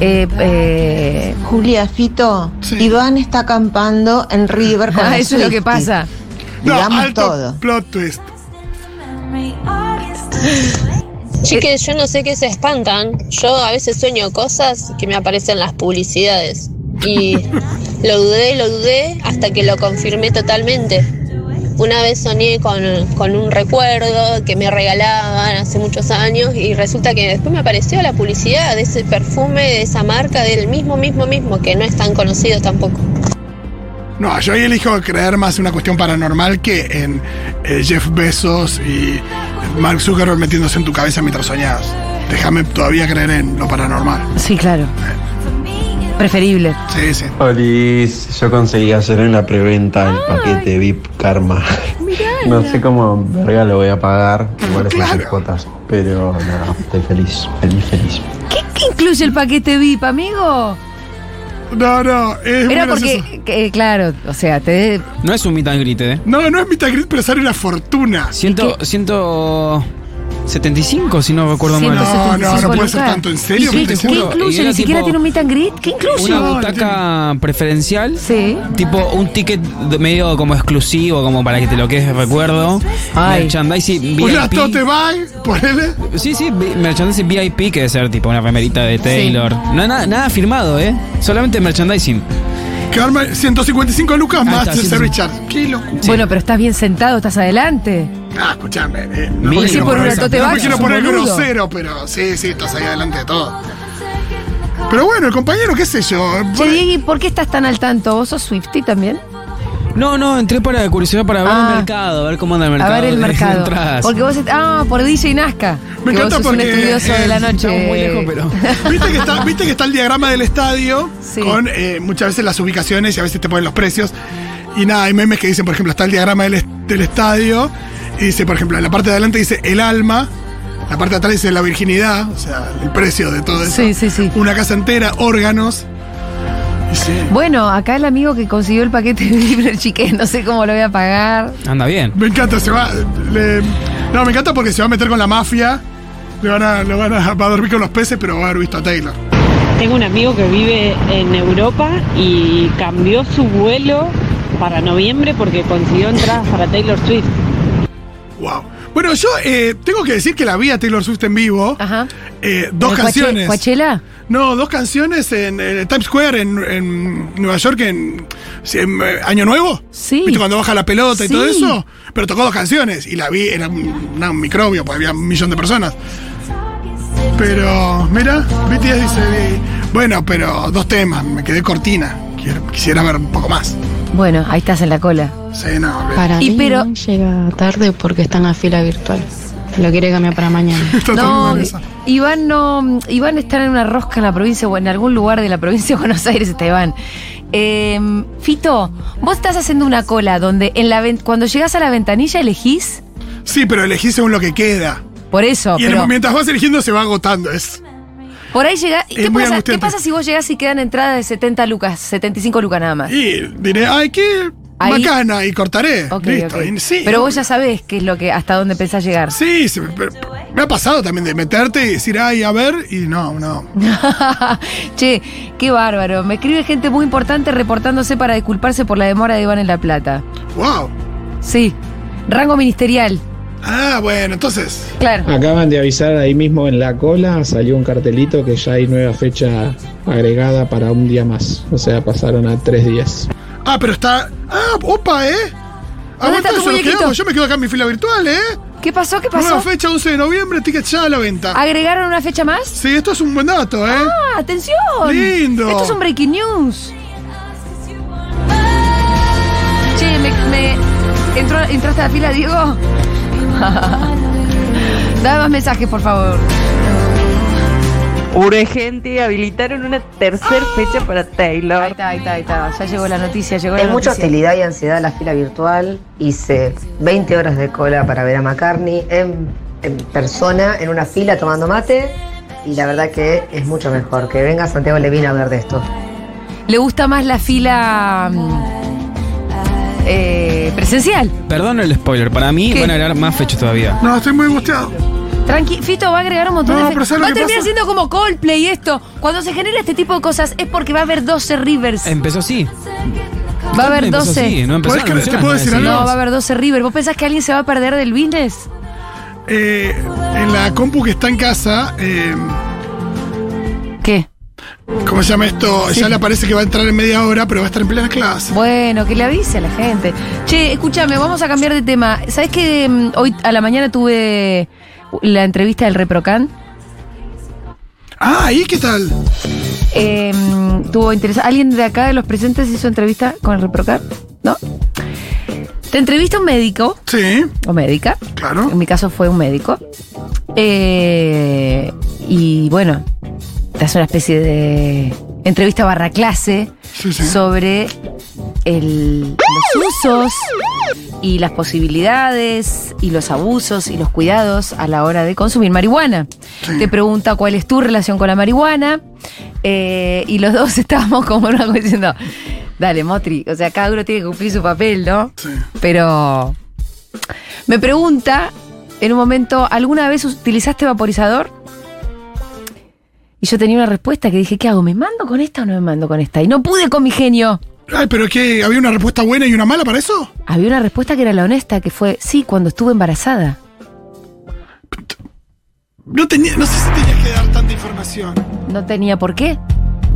Speaker 1: eh, eh,
Speaker 10: Julia Fito,
Speaker 2: Sí.
Speaker 10: Iván está acampando en River con
Speaker 1: ah,
Speaker 10: los
Speaker 1: eso es lo que
Speaker 10: Swifties.
Speaker 1: pasa.
Speaker 10: Digamos
Speaker 2: alto
Speaker 10: todo.
Speaker 2: plot twist.
Speaker 11: Chiques, yo no sé qué se espantan. Yo a veces sueño cosas que me aparecen en las publicidades. Y lo dudé, lo dudé hasta que lo confirmé totalmente. Una vez soñé con, con un recuerdo que me regalaban hace muchos años y resulta que después me apareció la publicidad de ese perfume, de esa marca, del mismo, mismo, mismo, que no es tan conocido tampoco.
Speaker 2: No, yo ahí elijo creer más en una cuestión paranormal que en eh, Jeff Bezos y Mark Zuckerberg metiéndose en tu cabeza mientras soñabas. Déjame todavía creer en lo paranormal.
Speaker 1: Sí, claro. Preferible.
Speaker 2: Sí, sí.
Speaker 8: Olis, yo conseguí hacer en la preventa el paquete VIP Karma. No sé cómo verga lo voy a pagar, igual es
Speaker 2: Claro.
Speaker 8: las cuotas, pero nada, estoy feliz, feliz, feliz.
Speaker 1: ¿Qué, qué incluye el paquete VIP, amigo?
Speaker 2: No, no, es muy
Speaker 1: Era
Speaker 2: gracioso.
Speaker 1: porque, que, eh, claro, o sea, te.
Speaker 3: No es un meet and greet, ¿eh?
Speaker 2: No, no es Mitagrid, pero sale una fortuna.
Speaker 3: Ciento, 175, si no recuerdo mal.
Speaker 2: No,
Speaker 1: 175
Speaker 2: no, no puede ser
Speaker 1: lucas.
Speaker 2: tanto, ¿en serio?
Speaker 1: ¿Y
Speaker 3: Sí,
Speaker 1: ¿Qué,
Speaker 3: te
Speaker 1: qué
Speaker 3: juro. Y
Speaker 1: incluye?
Speaker 3: era
Speaker 1: ¿Ni siquiera
Speaker 3: tipo-
Speaker 1: tiene un meet and greet? ¿Qué incluye?
Speaker 3: Una
Speaker 2: No,
Speaker 3: butaca preferencial.
Speaker 1: Sí.
Speaker 3: Tipo un ticket de- medio como exclusivo, como para que te lo quedes de recuerdo.
Speaker 1: Ay.
Speaker 3: Merchandising
Speaker 2: Una
Speaker 3: VIP.
Speaker 2: tote bag, ponele.
Speaker 3: Sí, sí, vi- merchandising VIP que debe ser tipo una remerita de Taylor. No, nada, nada firmado, ¿eh? Solamente merchandising.
Speaker 2: Karma, 155 lucas
Speaker 3: Ahí
Speaker 2: más
Speaker 3: está,
Speaker 2: el
Speaker 3: sí,
Speaker 2: service
Speaker 3: sí.
Speaker 2: charge. Qué locura.
Speaker 1: Bueno, pero estás bien sentado, estás adelante.
Speaker 2: Ah, escuchame. Eh,
Speaker 3: Mil.
Speaker 2: me
Speaker 3: Sí,
Speaker 2: quiero
Speaker 3: por
Speaker 2: poner-
Speaker 3: una tote
Speaker 2: no me
Speaker 3: bag,
Speaker 2: quiero
Speaker 3: sos un
Speaker 2: poner
Speaker 1: boludo.
Speaker 2: grosero, pero sí, sí, estás ahí adelante de todo. Pero bueno, el compañero, qué sé yo.
Speaker 1: Che, Diegui, ¿por qué estás tan al tanto? ¿Vos sos Swifty también?
Speaker 3: No, no, entré para curiosidad para ver
Speaker 1: Ah.
Speaker 3: el mercado, a ver cómo anda el
Speaker 1: A
Speaker 3: mercado.
Speaker 1: ver el
Speaker 3: de- de
Speaker 1: mercado.
Speaker 3: entradas.
Speaker 1: Porque vos. est- Ah, por DJ Nazca.
Speaker 2: Me
Speaker 1: que vos
Speaker 2: encanta
Speaker 1: sos
Speaker 2: porque,
Speaker 1: un estudioso de la
Speaker 2: eh,
Speaker 1: noche.
Speaker 3: Estamos muy lejos, pero.
Speaker 2: ¿Viste que, está, Viste que está el diagrama del estadio
Speaker 1: Sí.
Speaker 2: con eh, muchas veces las ubicaciones y a veces te ponen los precios. Y nada, hay memes que dicen, por ejemplo, está el diagrama del, est- del estadio y dice, por ejemplo, en la parte de adelante dice el alma, La parte de atrás dice la virginidad, o sea, el precio de todo eso.
Speaker 1: Sí, sí, sí.
Speaker 2: Una casa entera, órganos. Y sí.
Speaker 1: Bueno, acá el amigo que consiguió el paquete de Libre Chicken, no sé cómo lo voy a pagar.
Speaker 3: Anda bien.
Speaker 2: Me encanta, se va. le- no, me encanta porque se va a meter con la mafia. Le van a, lo van a, va a dormir con los peces, pero va a haber visto a Taylor.
Speaker 12: Tengo un amigo que vive en Europa y cambió su vuelo para noviembre porque consiguió entradas para Taylor Swift.
Speaker 2: Wow. Bueno, yo eh, tengo que decir que la vi a Taylor Swift en vivo. Eh, dos
Speaker 1: ¿En Coache-
Speaker 2: canciones.
Speaker 1: Coachella?
Speaker 2: No, dos canciones en, eh, Times Square, en, en Nueva York, en, sí, en, eh, Año Nuevo.
Speaker 1: Sí.
Speaker 2: ¿Viste cuando baja la pelota y
Speaker 1: Sí.
Speaker 2: todo eso? Pero tocó dos canciones y la vi, era un, una- un microbio, pues había un millón de personas. Pero, mira, BTS dice, bueno, pero dos temas, me quedé cortina. Quiero- quisiera ver un poco más.
Speaker 1: Bueno, ahí estás en la cola.
Speaker 2: Sí, no, olvidé.
Speaker 13: Para
Speaker 1: Y
Speaker 13: mí
Speaker 1: pero-
Speaker 13: no llega tarde porque está en la fila virtual. Lo quiere cambiar para mañana.
Speaker 1: No, eh. Iván no. Iván está en una rosca en la provincia o en algún lugar de la provincia de Buenos Aires, está Iván. Eh, Fito, vos estás haciendo una cola donde en la ven- cuando llegás a la ventanilla elegís.
Speaker 2: Sí, pero elegí según lo que queda.
Speaker 1: Por eso,
Speaker 2: y en-
Speaker 1: pero
Speaker 2: mientras vas eligiendo se va agotando. Es,
Speaker 1: por ahí llegás. ¿y
Speaker 2: es
Speaker 1: ¿Qué
Speaker 2: muy
Speaker 1: pasa, ¿Qué
Speaker 2: angustiante.
Speaker 1: pasa si vos llegás y quedan entradas de 70 lucas, 75 lucas nada más?
Speaker 2: y diré, ay, qué
Speaker 1: Ahí-
Speaker 2: bacana, y cortaré.
Speaker 1: Ok,
Speaker 2: Listo.
Speaker 1: ok.
Speaker 2: y sí,
Speaker 1: pero vos ya sabés qué es lo que, hasta dónde pensás llegar.
Speaker 2: Sí, se me, pero- me ha pasado también de meterte y decir, ay, a ver, y no, no.
Speaker 1: che, qué bárbaro. Me escribe gente muy importante reportándose para disculparse por la demora de Iván en La Plata.
Speaker 2: ¡Wow!
Speaker 1: Sí. Rango ministerial.
Speaker 2: Ah, bueno, entonces.
Speaker 1: Claro.
Speaker 14: Acaban de avisar ahí mismo en la cola, salió un cartelito que ya hay nueva fecha agregada para un día más. O sea, pasaron a tres días.
Speaker 2: Ah, pero está. Ah, opa, ¿eh? Aguanta
Speaker 1: está tu
Speaker 2: eso, nos
Speaker 1: muñequito?
Speaker 2: quedamos. Yo me quedo acá en mi fila virtual, ¿eh?
Speaker 1: ¿Qué pasó? ¿Qué pasó? Ah.
Speaker 2: Nueva fecha, 11 de noviembre, tickets ya a la venta.
Speaker 1: ¿Agregaron una fecha más?
Speaker 2: Sí, esto es un buen dato, ¿eh?
Speaker 1: ¡Ah, atención!
Speaker 2: Lindo.
Speaker 1: Esto es un breaking news. Che, me, me- entró- ¿entraste a la fila, Diego? Dame más mensajes, por favor.
Speaker 15: Urgente, habilitaron una tercera fecha para Taylor.
Speaker 1: Ahí está, ahí está, ahí está. Ya llegó la noticia, llegó
Speaker 16: Hay
Speaker 1: la
Speaker 16: mucha
Speaker 1: noticia.
Speaker 16: hostilidad y ansiedad en la fila virtual. Hice 20 horas de cola para ver a McCartney en, en persona, en una fila tomando mate. Y la verdad que es mucho mejor que venga Santiago Levina a hablar de esto.
Speaker 1: Le gusta más la fila mm, eh, presencial.
Speaker 3: Perdón el spoiler, para mí van a agregar más fechas todavía.
Speaker 2: No, estoy muy angustiado.
Speaker 1: Tranqui, Fito va a agregar un montón
Speaker 2: No,
Speaker 1: de
Speaker 2: pero
Speaker 1: fe-
Speaker 2: ¿sabes
Speaker 1: Va a
Speaker 2: lo que
Speaker 1: terminar
Speaker 2: pasa?
Speaker 1: siendo como Coldplay esto. Cuando se genera este tipo de cosas es porque va a haber 12 Rivers.
Speaker 3: Empezó así.
Speaker 1: Va a haber
Speaker 3: Empezó
Speaker 1: 12.
Speaker 3: así, no empezó,
Speaker 2: ¿Podés
Speaker 3: no
Speaker 2: creer? ¿Te
Speaker 3: empezaron
Speaker 2: puedo
Speaker 3: a
Speaker 2: decir
Speaker 3: decir.
Speaker 2: algo?
Speaker 1: No, va a haber 12 River. ¿Vos pensás que alguien se va a perder del business?
Speaker 2: Eh, en la compu que está en casa. Eh,
Speaker 1: ¿Qué?
Speaker 2: ¿Cómo se llama esto? Ya le aparece que va a entrar en media hora, pero va a estar en plena clase.
Speaker 1: Bueno, que le avise a la gente. Che, escúchame, vamos a cambiar de tema. ¿Sabés que mm, hoy a la mañana tuve la entrevista del Reprocan?
Speaker 2: Ah, ¿y qué tal?
Speaker 1: Eh, tuvo interés. ¿Alguien de acá de los presentes hizo entrevista con el Reprocar? ¿No? Te entrevista un médico.
Speaker 2: Sí.
Speaker 1: O médica.
Speaker 2: Claro.
Speaker 1: En mi caso fue un médico. Eh, y bueno, te hace una especie de entrevista barra clase sobre el- los usos y las posibilidades y los abusos y los cuidados a la hora de consumir marihuana. Te pregunta cuál es tu relación con la marihuana eh, y los dos estábamos como en una cosa diciendo, dale, Motri, o sea, cada uno tiene que cumplir su papel, ¿no? Pero me pregunta en un momento, ¿alguna vez utilizaste vaporizador? Y yo tenía una respuesta que dije, ¿qué hago? ¿Me mando con esta o no me mando con esta? Y no pude con mi genio.
Speaker 2: Ay, pero ¿qué? ¿Había una respuesta buena y una mala para eso?
Speaker 1: Había una respuesta que era la honesta, que fue, sí, cuando estuve embarazada.
Speaker 2: No tenía, no sé si tenías que dar tanta información.
Speaker 1: No tenía por qué.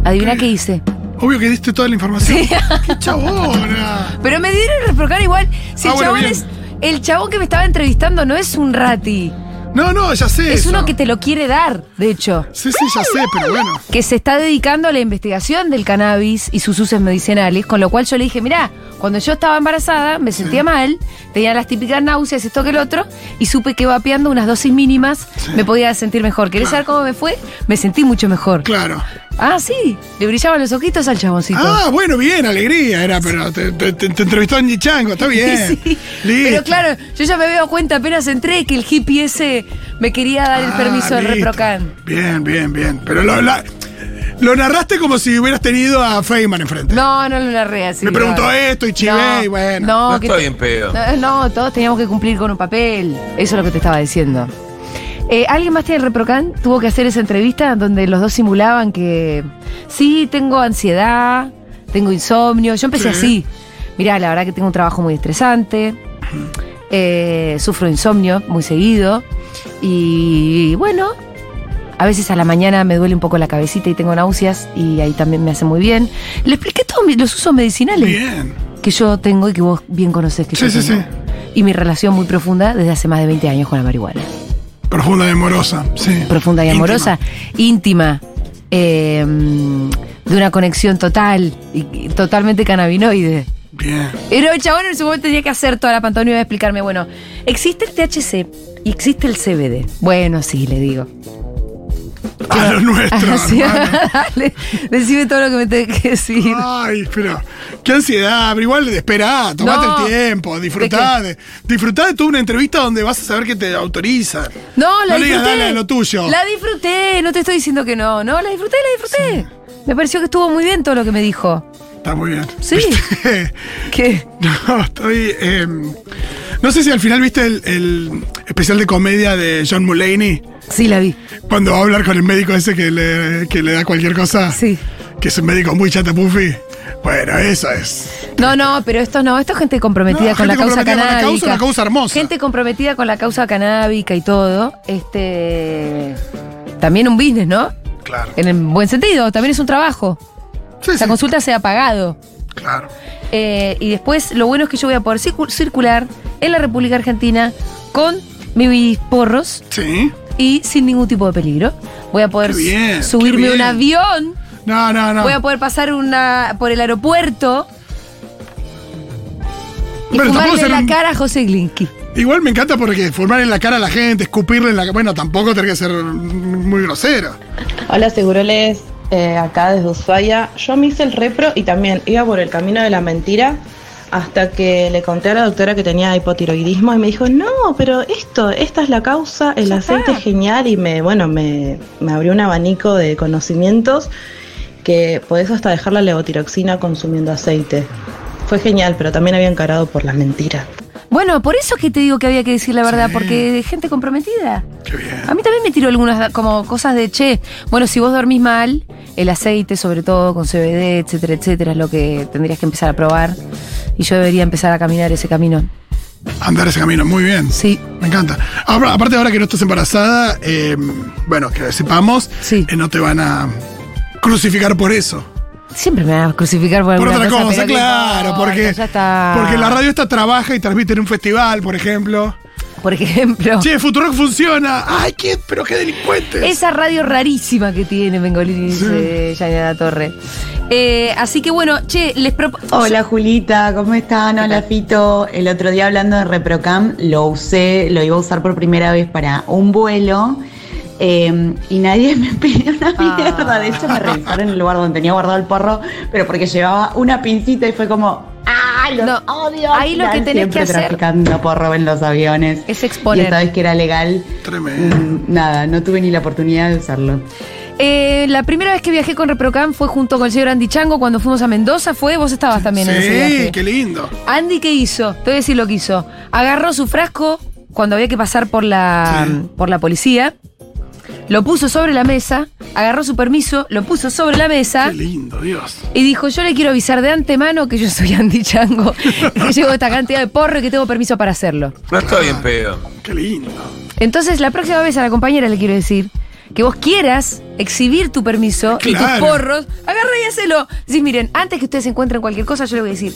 Speaker 1: Adivina qué hice.
Speaker 2: Obvio que diste toda la información.
Speaker 1: Sí.
Speaker 2: ¡Qué chabona!
Speaker 1: Pero me dieron el reprocar igual. Si
Speaker 2: Ah,
Speaker 1: el
Speaker 2: bueno,
Speaker 1: chabón
Speaker 2: bien.
Speaker 1: es- El chabón que me estaba entrevistando no es un rati.
Speaker 2: No, no, ya sé.
Speaker 1: Es
Speaker 2: eso.
Speaker 1: uno que te lo quiere dar, de hecho.
Speaker 2: Sí, sí, ya sé, pero bueno.
Speaker 1: que se está dedicando a la investigación del cannabis y sus usos medicinales, con lo cual yo le dije, mirá, cuando yo estaba embarazada me sentía mal, tenía las típicas náuseas, esto que el otro, y supe que vapeando unas dosis mínimas me podía sentir mejor. ¿Querés saber cómo me fue? Me sentí mucho mejor.
Speaker 2: Claro.
Speaker 1: Ah, sí, le brillaban los ojitos al chaboncito.
Speaker 2: Ah, bueno, bien, alegría era, pero te, te- te- te entrevistó en Chango, está bien.
Speaker 1: Sí,
Speaker 2: Listo.
Speaker 1: Pero claro, yo ya me veo cuenta apenas entré que el hippie ese me quería dar el
Speaker 2: Ah,
Speaker 1: permiso del
Speaker 2: listo.
Speaker 1: reprocan.
Speaker 2: Bien, bien, bien. Pero lo, la- lo narraste como si hubieras tenido a Feynman enfrente.
Speaker 1: No, no lo narré así.
Speaker 2: Me preguntó
Speaker 1: no.
Speaker 2: esto y chivé,
Speaker 1: No,
Speaker 2: y bueno.
Speaker 1: No,
Speaker 17: No
Speaker 1: que
Speaker 17: estoy
Speaker 1: te-
Speaker 17: en pedo.
Speaker 1: No, no, todos teníamos que cumplir con un papel. Eso es lo que te estaba diciendo. Eh, ¿Alguien más tiene el reprocan? Tuvo que hacer esa entrevista donde los dos simulaban que sí, tengo ansiedad, tengo insomnio. Yo empecé así. Mirá, la verdad que tengo un trabajo muy estresante. Eh, sufro insomnio muy seguido. Y bueno, a veces a la mañana me duele un poco la cabecita y tengo náuseas y ahí también me hace muy bien. Le expliqué todos mis- los usos medicinales
Speaker 2: Bien.
Speaker 1: que yo tengo y que vos bien conocés que
Speaker 2: Sí,
Speaker 1: yo
Speaker 2: sí,
Speaker 1: tengo.
Speaker 2: sí.
Speaker 1: Y mi relación muy profunda desde hace más de 20 años con la marihuana.
Speaker 2: Profunda y amorosa, sí.
Speaker 1: Profunda y amorosa, íntima, eh, mm, de una conexión total, y, y totalmente cannabinoide.
Speaker 2: Bien.
Speaker 1: Pero el chabón en su momento tenía que hacer toda la pantomima y explicarme, bueno, existe el THC y existe el CBD. Bueno, sí, le digo.
Speaker 2: A
Speaker 1: Ah,
Speaker 2: lo nuestro.
Speaker 1: Así,
Speaker 2: hermano.
Speaker 1: dale, decime todo lo que me tenés que decir.
Speaker 2: Ay, pero qué ansiedad, pero igual esperá, tomate
Speaker 1: No.
Speaker 2: el tiempo, disfrutá de, disfrutá de toda una entrevista donde vas a saber que te autorizan.
Speaker 1: No, la
Speaker 2: no le
Speaker 1: disfruté.
Speaker 2: digas dale a lo tuyo.
Speaker 1: La disfruté, no te estoy diciendo que no. No, la disfruté, la disfruté. Me pareció que estuvo muy bien todo lo que me dijo.
Speaker 2: Está muy bien.
Speaker 1: Sí. ¿Qué?
Speaker 2: No, estoy. eh, no sé si al final viste el, el especial de comedia de John Mulaney.
Speaker 1: Sí, la vi.
Speaker 2: Cuando va a hablar con el médico ese que le, que le da cualquier cosa.
Speaker 1: Sí.
Speaker 2: Que es un médico muy chata, Puffy. Bueno, eso es.
Speaker 1: No, no, pero esto no, esto es gente comprometida
Speaker 2: No,
Speaker 1: con
Speaker 2: gente
Speaker 1: la causa
Speaker 2: comprometida con la
Speaker 1: canábica.
Speaker 2: causa, una causa hermosa.
Speaker 1: Gente comprometida con la causa canábica y todo. Este también un business, ¿no?
Speaker 2: Claro.
Speaker 1: En el buen sentido, también es un trabajo.
Speaker 2: la
Speaker 1: consulta se ha pagado.
Speaker 2: Claro.
Speaker 1: Eh, y después lo bueno es que yo voy a poder circu- circular en la República Argentina con mis porros.
Speaker 2: Sí.
Speaker 1: Y sin ningún tipo de peligro. Voy a poder
Speaker 2: Qué bien,
Speaker 1: subirme
Speaker 2: qué
Speaker 1: a un
Speaker 2: bien. Ah.
Speaker 1: avión.
Speaker 2: No, no, no.
Speaker 1: Voy a poder pasar una por el aeropuerto. Y
Speaker 2: Bueno, tampoco
Speaker 1: fumarle
Speaker 2: ser
Speaker 1: la
Speaker 2: un-
Speaker 1: cara a José Glinky.
Speaker 2: Igual me encanta porque formar en la cara a la gente, escupirle en la cara. Bueno, tampoco tenés que ser muy grosero.
Speaker 18: Hola Seguroles, eh, acá desde Ushuaia. Yo me hice el repro y también iba por el camino de la mentira hasta que le conté a la doctora que tenía hipotiroidismo y me dijo, no, pero esto, esta es la causa, el aceite es genial y me, bueno, me, me abrió un abanico de conocimientos que podés hasta dejar la levotiroxina consumiendo aceite. Fue genial, pero también había encarado por las mentiras.
Speaker 1: Bueno, por eso es que te digo que había que decir la verdad, porque de gente comprometida. A mí también me tiró algunas da- como cosas de che, bueno, si vos dormís mal, el aceite, sobre todo con CBD, etcétera, etcétera, es lo que tendrías que empezar a probar. Y yo debería empezar a caminar ese camino.
Speaker 2: Andar ese camino, muy bien.
Speaker 1: Sí.
Speaker 2: Me encanta. Ahora, aparte, ahora que no estás embarazada, eh, bueno, que sepamos, eh, no te van a crucificar por eso.
Speaker 1: Siempre me van a crucificar por,
Speaker 2: Por
Speaker 1: alguna
Speaker 2: otra cosa,
Speaker 1: pero no
Speaker 2: claro,
Speaker 1: importa,
Speaker 2: porque,
Speaker 1: ya está.
Speaker 2: porque la radio esta trabaja y transmite en un festival, por ejemplo.
Speaker 1: Por ejemplo.
Speaker 2: Che, Futurock funciona. Ay, qué, pero qué delincuente.
Speaker 1: Esa radio rarísima que tiene Bengolini, dice Yanina Torre. Eh, así que bueno, che, les propongo.
Speaker 19: Hola Julita, ¿cómo están? Hola Fito. El otro día hablando de ReproCam, lo usé, lo iba a usar por primera vez para un vuelo eh, y nadie me pidió una mierda. De
Speaker 9: Ah.
Speaker 19: hecho, me revisaron el lugar donde tenía guardado el porro, pero porque llevaba una pincita y fue como. ¡Ah, los odio!
Speaker 1: ahí lo que
Speaker 19: Están
Speaker 1: tenés que
Speaker 19: siempre
Speaker 1: hacer
Speaker 19: traficando porro en los aviones.
Speaker 1: es exponer.
Speaker 19: Y esta vez que era legal. mm, Nada, no tuve ni la oportunidad de usarlo.
Speaker 1: Eh, la primera vez que viajé con ReproCam fue junto con el señor Andy Chango cuando fuimos a Mendoza. Fue, vos estabas también en ese
Speaker 2: Sí,
Speaker 1: viaje.
Speaker 2: qué lindo.
Speaker 1: Andy, ¿qué hizo? Te voy a decir lo que hizo. Agarró su frasco cuando había que pasar por la, por la policía, lo puso sobre la mesa, agarró su permiso, lo puso sobre la mesa.
Speaker 2: Lindo, Dios.
Speaker 1: Y dijo, yo le quiero avisar de antemano que yo soy Andy Chango, que llevo esta cantidad de porro y que tengo permiso para hacerlo.
Speaker 17: No estoy en pedo.
Speaker 2: Qué lindo.
Speaker 1: Entonces, la próxima vez a la compañera le quiero decir que vos quieras exhibir tu permiso y tus
Speaker 17: Claro.
Speaker 1: porros, agarra y hacelo. Decís, miren, antes que ustedes encuentren cualquier cosa, yo le voy a decir,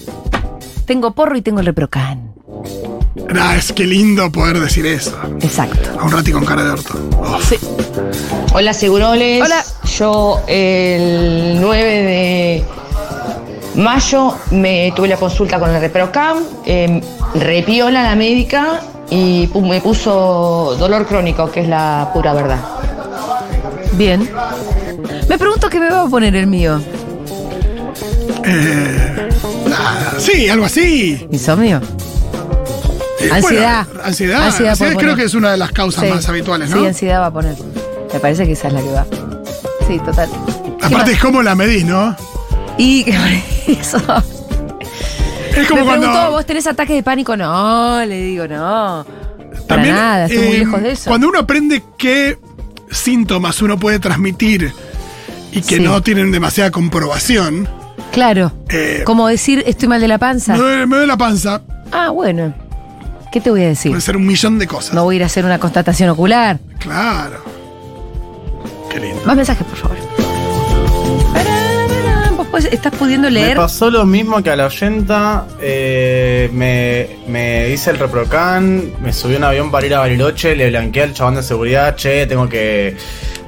Speaker 1: tengo porro y tengo el reprocan.
Speaker 2: Nah, es que lindo poder decir eso.
Speaker 1: Exacto.
Speaker 2: A un rati con cara de orto.
Speaker 20: Hola, Seguroles. Hola. Yo el 9 de mayo me tuve la consulta con el ReproCam, eh, repiola la médica y pum, me puso dolor crónico, que es la pura verdad.
Speaker 1: Bien. Me pregunto qué me va a poner el mío.
Speaker 2: Ah, sí, algo así.
Speaker 1: ¿Insomnio?
Speaker 2: Eh,
Speaker 1: Ansiedad.
Speaker 2: bueno, ansiedad.
Speaker 1: Ansiedad por
Speaker 2: Ansiedad creo
Speaker 1: poner.
Speaker 2: que es una de las causas
Speaker 1: Sí.
Speaker 2: más habituales,
Speaker 1: Sí,
Speaker 2: ¿no?
Speaker 1: ansiedad va a poner. Me parece que esa es la que va. Sí, total.
Speaker 2: Aparte es cómo la medís, ¿no?
Speaker 1: Y eso.
Speaker 2: Es como
Speaker 1: me
Speaker 2: cuando-
Speaker 1: preguntó, ¿vos tenés ataques de pánico? No, le digo, no. Para
Speaker 2: También,
Speaker 1: nada, estoy muy
Speaker 2: eh,
Speaker 1: lejos de eso.
Speaker 2: Cuando uno aprende qué síntomas uno puede transmitir y que
Speaker 1: Sí.
Speaker 2: no tienen demasiada comprobación.
Speaker 1: Claro.
Speaker 2: eh,
Speaker 1: Como decir, estoy mal de la panza.
Speaker 2: me, duele, me duele la panza.
Speaker 1: Ah, bueno. ¿Qué te voy a decir?
Speaker 2: Puede ser un millón de cosas.
Speaker 1: No voy a ir a hacer una constatación ocular.
Speaker 2: Claro. Qué lindo.
Speaker 1: Más mensajes, por favor. Vos podés- estás pudiendo
Speaker 17: Me
Speaker 1: leer.
Speaker 17: pasó lo mismo que a la oyenta. eh, me, me hice el reprocan, me subí a un avión para ir a Bariloche, le blanqueé al chabón de seguridad, che, tengo que.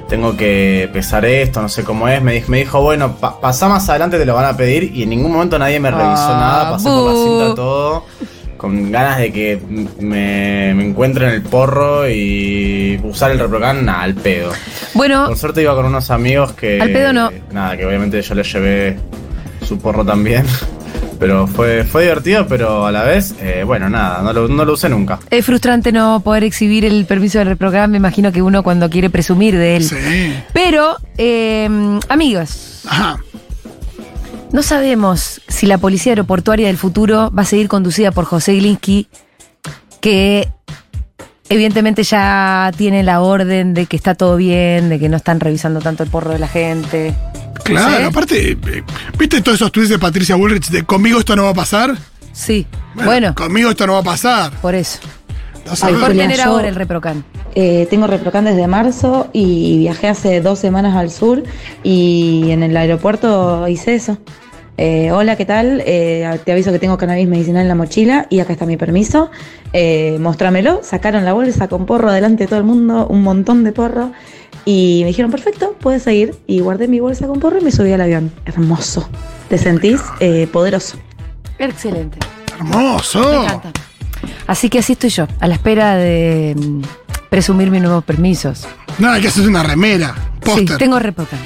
Speaker 17: Tengo que pesar esto, no sé cómo es. Me, di- me dijo, bueno, pa- pasá más adelante, te lo van a pedir. Y en ningún momento nadie me revisó
Speaker 1: Ah,
Speaker 17: nada. Pasé por la
Speaker 1: bu.
Speaker 17: cinta todo. Con ganas de que m- me, me encuentren el porro y usar el reprocan, nada, al pedo.
Speaker 1: Bueno,
Speaker 17: Por suerte iba con unos amigos que.
Speaker 1: Al pedo no.
Speaker 17: Nada, que obviamente yo les llevé su porro también. Pero fue, fue divertido, pero a la vez, eh, bueno, nada, no lo, no lo usé nunca.
Speaker 1: es frustrante no poder exhibir el permiso del reprograma. Me imagino que uno cuando quiere presumir de él. Pero, eh, amigos. No sabemos si la policía aeroportuaria del futuro va a seguir conducida por José Glinsky, que evidentemente ya tiene la orden de que está todo bien, de que no están revisando tanto el porro de la gente.
Speaker 2: Claro,
Speaker 1: ¿Sí?
Speaker 2: aparte, eh, ¿viste todos esos tweets de Patricia Bullrich de conmigo esto no va a pasar?
Speaker 1: Sí.
Speaker 2: Bueno. Conmigo esto no va a pasar.
Speaker 1: Por eso.
Speaker 2: No
Speaker 1: Ay,
Speaker 2: sabemos.
Speaker 1: por tener
Speaker 9: yo-
Speaker 1: ahora el reprocan.
Speaker 9: Eh, tengo Reprocan desde marzo y viajé hace dos semanas al sur y en el aeropuerto hice eso. Eh, hola, ¿qué tal? Eh, te aviso que tengo cannabis medicinal en la mochila y acá está mi permiso. Eh, mostrámelo. Sacaron la bolsa con porro delante de todo el mundo, un montón de porro. Y me dijeron, perfecto, puedes seguir. Y guardé mi bolsa con porro y me subí al avión. Hermoso. Te sentís eh, poderoso.
Speaker 1: Excelente. Me
Speaker 2: Hermoso.
Speaker 1: encanta. Así que así estoy yo, a la espera de mm, presumir mis nuevos permisos.
Speaker 2: Nada, que haces una remera.
Speaker 1: Sí,
Speaker 2: Póster.
Speaker 1: tengo reprocan.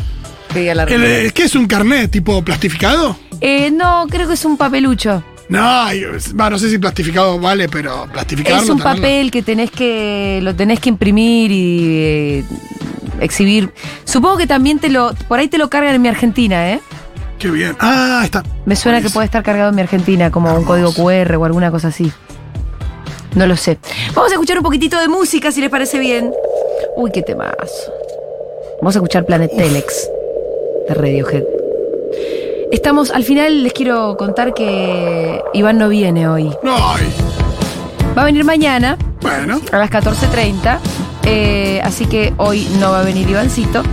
Speaker 1: Que diga la
Speaker 2: El,
Speaker 1: remera.
Speaker 2: eh, ¿Qué es un carnet tipo plastificado?
Speaker 1: Eh, no, creo que es un papelucho.
Speaker 2: No, yo- va, no sé si plastificado vale, pero plastificarlo.
Speaker 1: Es un
Speaker 2: tenerlo.
Speaker 1: papel que tenés que lo tenés que imprimir y eh, exhibir. Supongo que también te lo por ahí te lo cargan en mi Argentina, ¿eh?
Speaker 2: Qué bien. Ah, está.
Speaker 1: Me suena que
Speaker 2: Buenísimo.
Speaker 1: puede estar cargado en mi Argentina como un código QR o alguna cosa así. No lo sé. Vamos a escuchar un poquitito de música si les parece bien. Uy, qué temazo. Vamos a escuchar Planet Telex de Radiohead. Estamos al final les quiero contar que Iván no viene hoy.
Speaker 2: Ay,
Speaker 1: Va a venir mañana.
Speaker 2: Bueno.
Speaker 1: A las 14.30. Eh, así que hoy no va a venir Ivancito.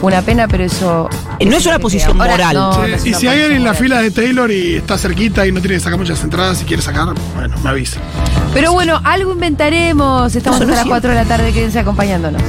Speaker 1: Una pena, pero eso.
Speaker 21: Eh, No es una
Speaker 1: que
Speaker 21: posición
Speaker 1: queda. Ahora,
Speaker 21: moral.
Speaker 1: no, no
Speaker 2: Eh,
Speaker 1: es
Speaker 2: y
Speaker 1: una
Speaker 2: si hay alguien en la
Speaker 1: posición
Speaker 2: fila de Taylor y está cerquita y no tiene que sacar muchas entradas y quiere sacar, bueno, me avisa.
Speaker 1: moral. Pero bueno, algo inventaremos. Estamos
Speaker 2: Eso
Speaker 1: hasta
Speaker 2: no es
Speaker 1: las 4 de la tarde. Quédense acompañándonos.